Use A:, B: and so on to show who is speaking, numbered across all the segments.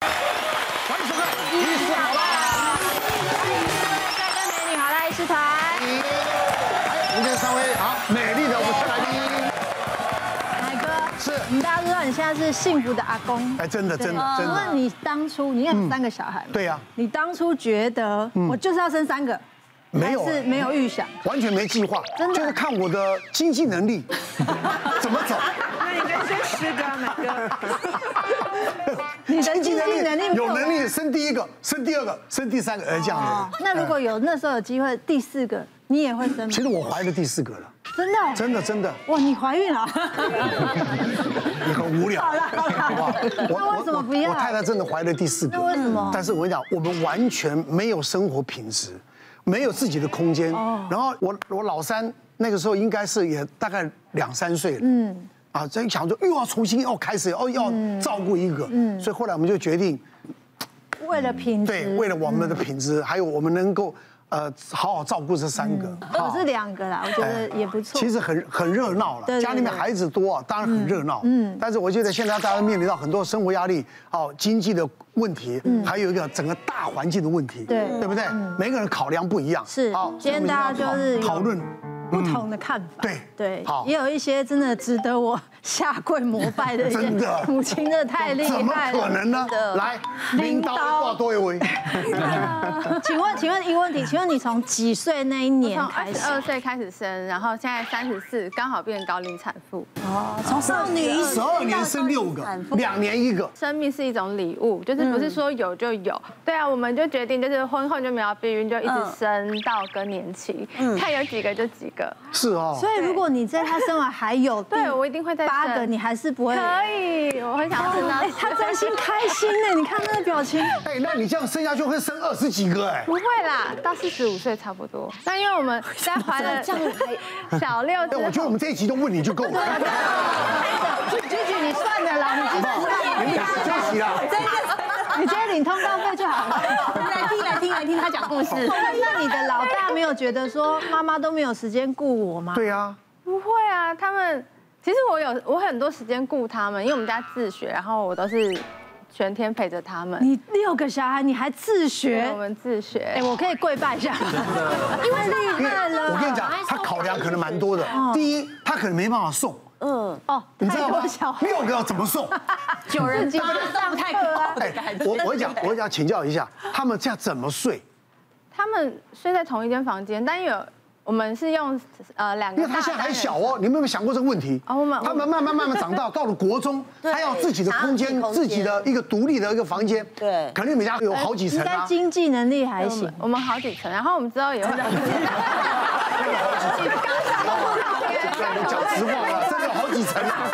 A: 啊道你现在是幸福的阿公。哦
B: 哎，真的，真的，嗯真
A: 那
B: 的，
A: 你当初你有三个小孩嘛？
B: 对呀
A: 你当初觉得我就是要生三个，
B: 嗯没有
A: 还是
B: 哎
A: 没有预想？
B: 完全没计划，
A: 真的
B: 就是看我的经济能 力怎么走。
C: 那你跟先十个啊，买个。
A: 你的经济能力没
B: 有能力生第一个，生第二个，生第三个，哎，这样
A: 哦
B: 子。
A: 那如果有那时候有机会，第四个你也会生吗
B: 其？实我怀了第四个了，
A: 真的哦？
B: 真的真的，
A: 哇，你怀 孕了？
B: 你很无聊。
A: 好了好了
B: 不
A: 那为什么不要
B: 我太太真的怀了第四个。
A: 那为什么
B: 但是我跟你讲，我们完全没有生活品质，没有自己的空间。
A: 哦
B: 然后我我老三那个时候应该是也大概两三岁了。嗯。啊，在想说又要重新要开始，哦，要照顾一个。嗯。所以后来我们就决定，
A: 为了品质？
B: 对，为了我们
A: 嗯
B: 的品质，还有我们能够呃好好照顾这三个。
A: 我是两个啦，我觉
B: 哎
A: 得也不错
B: 其。实很很热闹
A: 对
B: 了，
A: 对
B: 家里面
A: 对
B: 孩子多啊，当然很热闹。嗯，但是我觉得现在大家面临到很多生活压力，哦，经济的问题，还有一个整个大环境的问题，
A: 嗯对嗯
B: 对不对？每个人考量不一样。
A: 是
B: 好，
A: 今天大家就是有
B: 讨论。
A: 不同的看法，
B: 嗯对
A: 对，
B: 好
A: 也有一些真的值得我下跪膜拜的一些
B: 真的
A: 母亲，真的太厉
B: 怎么
A: 害了，
B: 可能呢
A: 真的？
B: 来，
A: 拎
B: 拎刀挂
A: 刀。
B: 多一位，
A: 请问，请问一个问题，请问你从几岁那一年
D: 从二
A: 开
D: 十
A: 始？
D: 二岁开始生，然后现在三十四，刚好变高龄产妇。
A: 从哦少女一
B: 十二年生六个，两年一个，
D: 生命是一种礼物，就是不是说有就有。对啊，我们就决定就是婚后就没有避孕，就一直生到更年期，
A: 嗯
D: 看有几个就几个。
B: 是哦。
A: 所以如果你在她生完还有第
D: 对我一定会再生
A: 八个，你还是不会。
D: 可以，我很想生到
A: 哎，他真心开心呢，你看那个表情。
B: 哎，那你这样生下去会生二十几个哎。
D: 不会啦，到四十五岁差不多。那因为我们在
A: 哎
D: 怀了小六
B: 哎，我
D: 之
B: 觉得
D: 后，
B: 我们这一集就问你 就够了，好
A: 菊菊，你算了啦，你今
B: 不
A: 天
B: 好？你们俩这一集啊，
A: 你今天领通告费就好了。
E: 来听来听来听他讲故事。
A: 那你的老大没有觉得说妈妈都没有时间顾我吗？
B: 对呀。
D: 不会啊，他们其实我有我很多时间顾他们，因为我们家自学，然后我都是全天陪着他们。
A: 你六个小孩，你还自
D: 对我
A: 学？
D: 们自学
A: 哎，，我可以跪拜一下，因为厉害了。
B: 我跟你讲，他考量可能蛮多的。第一，他可能没办法送，
A: 哦，
B: 你知道吗
A: 太多小？孩
B: 六个要怎么 送？
E: 九人家都不太够的
B: 哎
E: 感，觉。
B: 我我想我想请教一下，他们这样怎么睡？
D: 他们睡在同一间房间，但有我们是用呃两
B: 因
D: 个
B: 为
D: 大
B: 他现在
D: 单
B: 还
D: 元
B: 小哦，你们有没有想过这个问题？
D: 哦我们
B: 他们慢慢慢慢长大，到了国中，他要自己的空间
E: 他要，自
B: 自
E: 己
B: 己
E: 空间
B: 的一个独立的一个房间。
E: 对
B: 可能你们家有好几层
A: 应该
B: 啊。
A: 经济能力还
D: 我
A: 行
D: 们。我们好几层，然后我们之后 也会。
B: 对你讲实话了，真的有好几层啊。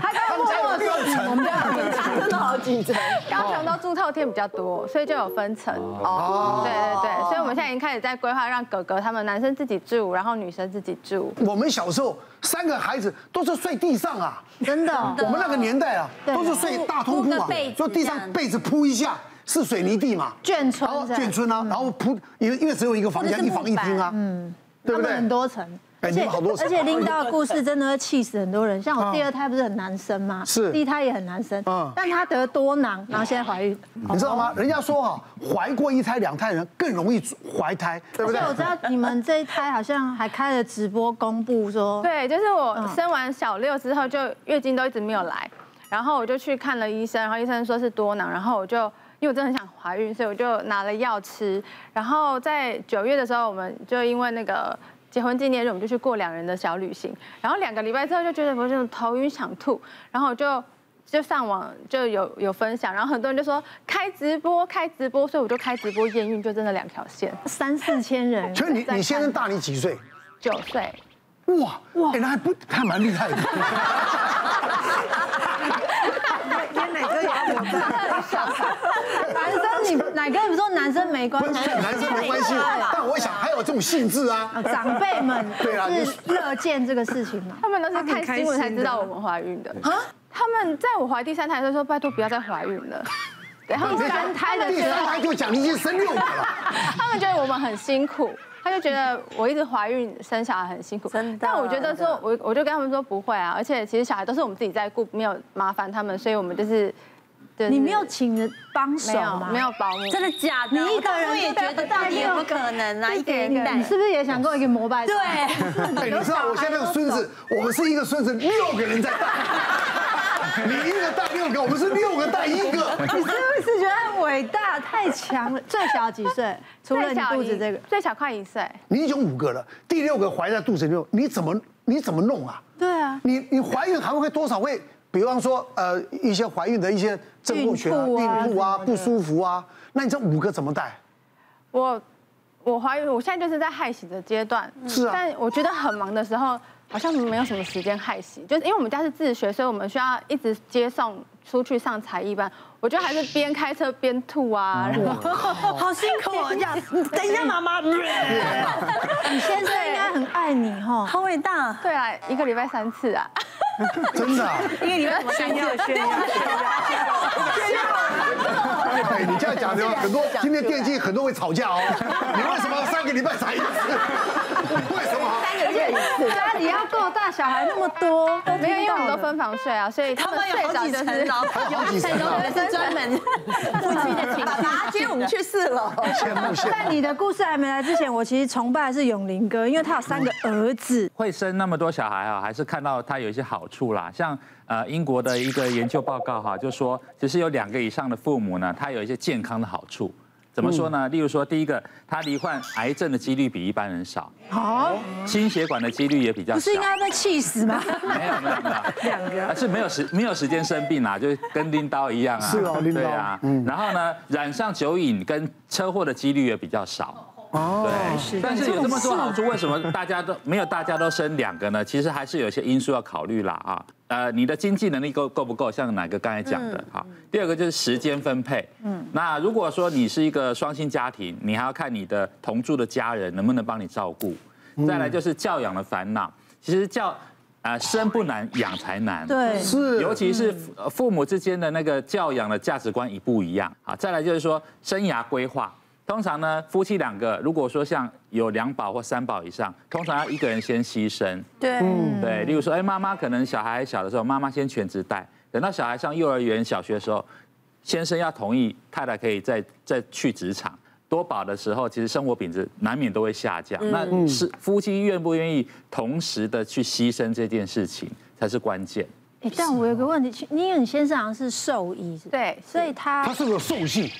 B: 他们家有六层，
D: 高雄都住透天比较多，所以就有分层。哦，对对对，所以我们现在已经开始在规划，让哥哥他们男生自己住，然后女生自己住。
B: 我们小时候三个孩子都是睡地上啊。
A: 真的哦，
B: 我们那个年代啊，
A: 对
B: 都是睡大通铺
E: 铺个
B: 啊
E: 被，子
B: 就地
E: 这样
B: 上被子铺一下，是水泥地嘛，
A: 哦眷村
B: 然后
A: 这样
B: 眷村啊，然后铺，因为因为只有一个房
E: 或者
B: 间，
E: 是
B: 一房一厅啊，嗯，对
A: 他
B: 不
A: 们
B: 对？
A: 很多层。
B: 哎你们好多层
A: 而且拎到的故事真的会气死很多人。像我
B: 嗯
A: 第二胎不是很难生吗？
B: 是
A: 第一胎也很难生
B: 嗯。
A: 但她得多囊，然后现在怀孕。
B: 你知道吗？人家说啊，怀过一胎两胎的人更容易怀胎，对不
A: 而且
B: 对？
A: 我知道你们这一胎好像还开了直播公布说，
D: 对，就是我生完小六之后，就月经都一直没有来，然后我就去看了医生，然后医生说是多囊，然后我就因为我真的很想怀孕，所以我就拿了药吃，然后在九月的时候，我们就因为那个。结婚纪念日，我们就去过两人的小旅行，然后两个礼拜之后就觉得我这种头晕想吐，然后我就就上网就有有分享，然后很多人就说开直播开直播，所以我就开直播验孕，就真的两条线，
A: 三四千人。
B: 请问你你先生大你几岁？
D: 九岁，
B: 哇哇，哎那还不还蛮厉害的，
C: 天哪，这也要我
A: 男生你奶哥你不是说男生没关
B: 跟
A: 系，
B: 男生没关系。但我想还有这种性质啊，
A: 长辈们
B: 对啊你
A: 是乐见这个事情嘛？
D: 他们都是看新闻才知道
C: 他们开心的
D: 我们怀孕的啊。他们在我怀第三胎的时候说：“拜托不要再怀孕了。”然后第嗯三胎的
B: 第
D: 觉
B: 三
D: 得
B: 胎就讲你已经生六个了。
D: 他们觉得我们很辛苦，他就觉得我一直怀孕生小孩很辛苦。
E: 真的
D: 但我觉得说，我我就跟他们说不会啊，而且其实小孩都是我们自己在顾，没有麻烦他们，所以我们就是，就是
A: 你没有请人帮手
D: 没有
A: 吗？
D: 没有保姆，
E: 真的假的？
A: 你一个人
E: 我也觉得到底有没有可能啊？一个人带
A: 你。是不是也想跟我一个膜 拜？
E: 对，
B: 哎哎，你知道我现在那个孙子，我们是一个孙子六个人在带，你一个带六个，我们是六个带一个。
A: 你是不是觉得很伟大太强了？最小几岁？除了
D: 最
A: 你
D: 小
A: 肚
D: 一
A: 子这个，
D: 最小快一岁，
B: 你已经五个了，第六个怀在肚子里面，你怎么你怎么弄啊？
A: 对啊，
B: 你你怀孕还会多少会，比方说呃一些怀孕的一些症候群啊、
A: 孕吐啊
B: 孕吐啊、
A: 什么的
B: 不舒服啊，那你这五个怎么 带？
D: 我我怀孕，我现在就是在害喜的阶段，
B: 是啊
D: 但我觉得很忙的时候，好像没有什么时间害喜，就是因为我们家是自学，所以我们需要一直接送出去上才艺班。我觉得还是边开车边吐啊，然后
E: 好辛苦哦，这样等一下妈妈，
A: 你先生应该很爱你哈。
E: 好伟大，
D: 对啊，一个礼拜三次啊，
B: 真的、啊？
E: 因为你们
C: 炫耀炫耀炫耀，
B: 哎，你这样讲的，很多今天电竞很多会吵架 哦。你为什么三个礼拜才一次？为什么？
A: 家里要够大，小孩那么多，都
D: 没有，因为我
A: 听到
D: 们都
A: 了
D: 分房睡啊，所以他
E: 他
D: 们
E: 们有
D: 睡
E: 好
D: 着
E: 几
D: 就
E: 层
D: 是
E: 楼，
B: 好几层楼
E: 有人是专门附近的亲戚。爸今天我们去四楼，
B: 羡慕羡慕。
A: 在你的故事还没来之前，我其实崇拜的是永林哥，因为他有三个儿子。
F: 会生那么多小孩啊，还是看到它有一些好处啦。像呃英国的一个研究报告哈、就说其实有两个以上的父母呢，他有一些健康的好处。怎么说呢？
B: 嗯
F: 例如说，第一个，他罹患癌症的几率比一般人少，
A: 哦，
F: 心血管的几率也比较
A: 不
F: 小
A: 是。应该被气死吗？
F: 没有没有没有，
C: 两个
F: 啊是没有时没有时间生病啦，就是跟拎刀一样啊。
B: 是哦拎刀
F: 对啊，然后呢，染上酒瘾跟车祸的几率也比较少。
B: 哦，
F: 对，但是有这么多好处， 为什么大家都没有大家都生两个呢？其实还是有一些因素要考虑啦啊。呃，你的经济能力够够不够？像哪个刚才讲的啊？第二个就是时间分配。嗯，那如果说你是一个双薪家庭，你还要看你的同住的家人能不能帮你照顾。再来就是教养的烦恼，其实教呃生不难，养才 难。
A: 对，
B: 是
F: 尤其是父呃父母之间的那个教养的价值观一不一样啊。再来就是说生涯规划，通常呢夫妻两个如果说像有两宝或三宝以上，通常要一个人先牺牲。
E: 对，
F: 对，例如说，哎，妈妈可能小孩小的时候，妈妈先全职带，等到小孩上幼儿园、小学的时候，先生要同意太太可以再再去职场。多宝的时候，其实生活品质难免都会下降。那是夫妻愿不愿意同时的去牺牲这件事情才是关键。
A: 哎但我有个问题，因为你先生好像是兽医，是不是
D: 对
A: 所以 他
B: 他是不是有兽性？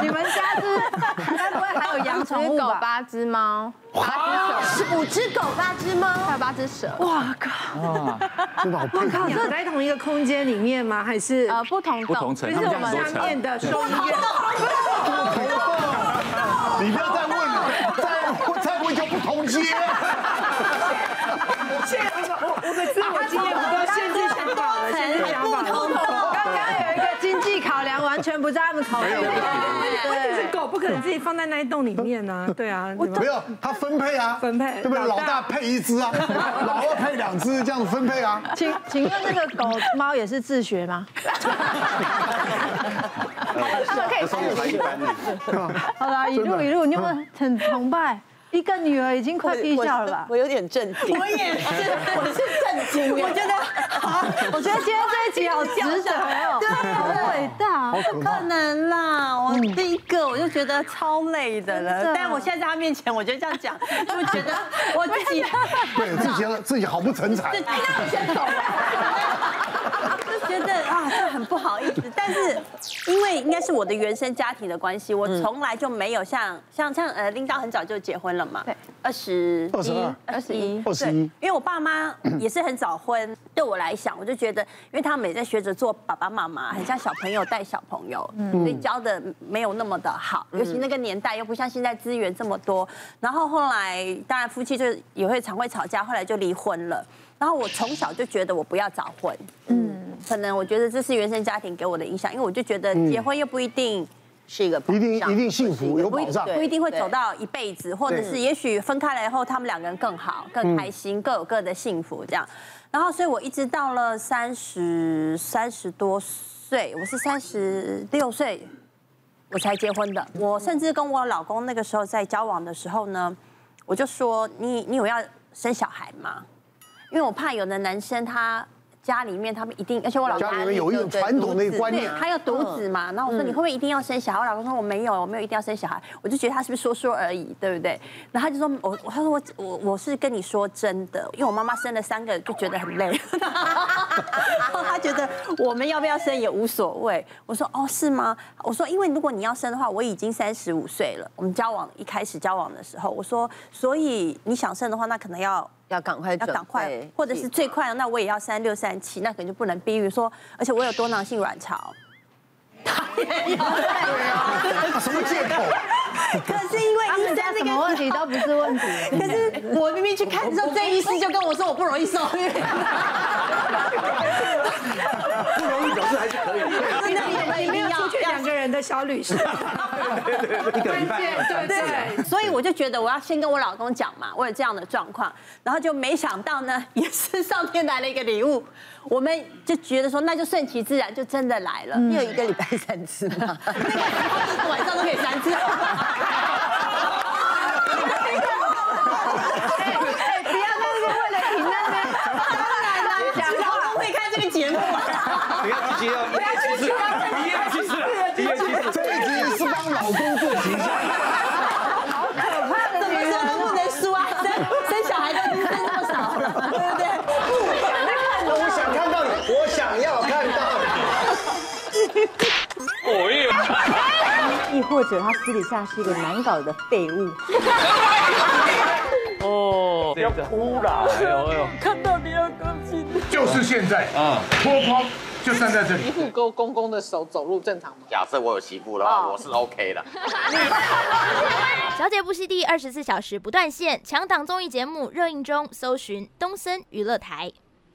A: 你们家是该不会还有养宠
D: 只
A: 物
D: 狗
A: 吧？
D: 八只猫，
E: 是五只狗，八只猫，
D: 还有八只蛇，
B: 真的好 佩服。
C: 养在同一个空间里面吗？还是
D: 呃，不同
F: 不
D: 种，
F: 同层，
C: 就
F: 他
C: 是
F: 们
C: 我
F: 家很多
C: 们下面
F: 层。
C: 的兽医 院？
B: 你不要再问了，再问再问就不同阶。
C: 现在我我我的 自我经验，我都限制想法了，限制想法了。
A: 刚刚有一个经济考量，完全不在他们考虑。
C: 而且
A: 对
C: 是狗不可能自己放在那一栋里面啊，对啊，你们
B: 没有，他分配啊，
C: 分配
B: 对不对？
C: 老
B: 老
C: 大
B: 大配一 只啊，老二配两只，这样分配啊。
A: 请请问这个狗猫也是自学 吗？
D: 他们可
A: 哎
D: 以自己
A: 好啦，一路一路，你有没有很崇拜？一个女儿已经快毕笑了吧？
G: 我有点震惊。
E: 我也是，我是震惊，我觉得好，
A: 我觉得今天这一集好值得 哦，好伟大哦。
E: 不可能啦！我第一个我就觉得超累的
A: 真的
E: 了，但我现在在他面前，我就这样讲， 就觉得我自己
B: 对自己自己好不成才
E: 就。那我先走了。就觉得啊，这很不好意思，但是因为应该是我的原生家庭的关系，我从来就没有像像像呃，琳达很早就结婚了嘛，
D: 对，
E: 二十
B: 22
E: 二十一，
B: 21
E: 对因为我爸妈也是很早 婚，对我来讲，我就觉得，因为他们也在学着做爸爸妈妈，很像小朋友带小朋友，
B: 嗯
E: 所以教的没有那么的好，尤其那个年代又不像现在资源这么多，然后后来当然夫妻就也会常会吵架，后来就离婚了。然后我从小就觉得我不要早婚，嗯，可能我觉得这是原生家庭给我的影响，因为我就觉得结婚又不一定是一个
B: 嗯
E: 保
B: 一定
E: 障
B: 一定幸福有保障
E: 不一不一定会走到一辈子，或者是也许分开了以后，他们两个人更好、更开心、各有各的幸福这样。然后，所以我一直到了三十三十多岁，我是三十六岁，我才结婚的。我甚至跟我老公那个时候在交往的时候呢，我就说：“你你有要生小孩吗？”因为我怕有的男生他家里面他们一定，而且我老公
B: 家里面有一种传统的观念嗯
E: 对，他有独子嘛，那我说你会不会一定要生小孩？我老公说我没有，我没有一定要生小孩，我就觉得他是不是说说而已，对不对？然后他就说我，他说我我我是跟你说真的，因为我妈妈生了三个就觉得很累， 然后他觉得我们要不要生也无所谓。我说哦是吗？我说因为如果你要生的话，我已经三十五岁了，我们交往一开始交往的时候，我说所以你想生的话，那可能要。
G: 要赶快
E: 要
G: 准备
E: 赶快，或者是最快的，那我也要三六三七，那可能就不能避孕。说，而且我有多囊性卵巢，
B: 啊什么借口？
E: 可是因为医生
A: 家什
E: 那
A: 么
E: 个，
A: 问题都不是问题。
E: 可是 我明明去看的时候，这医师就跟我说我不容易受孕，
H: 不容易表示还是可以。
E: 真的 一定要
C: 出去两个人的小旅行，
H: 一个礼拜
C: 对
A: 啊
C: 对，
E: 所以我就觉得我要先跟我老公讲嘛，我有这样的状况，然后就没想到呢， 也是上天来了一个礼物，我们就觉得说那就顺其自然，就真的来
A: 嗯
E: 了，
G: 你有一个礼拜三次 吗？
E: 那个时候一个晚上都可以三次。
A: 哎，不要在这边为了停在那边，
E: 你老公会看这个节目啊？
H: 你要去接要一夜去世，一夜去世，一夜去世。
B: 这一集是帮老公做形象，
E: 怎么说都不能输啊！生生小孩都已经生那么少了，对 不对？
H: 我想看到你，我想要看到你。
G: 亦或者他私底下是一个难搞的废物？
H: 哦，要哭了，哎呦哎呦，
I: 就是现在，
H: 嗯
I: 脱光就站在这里。
J: 媳妇勾公公的手走路正常吗？
K: 假设我有媳妇的话，我是 OK 的。
L: 小姐不息地二十四小时不断线，强档综艺节目热映中，搜寻东森娱乐台。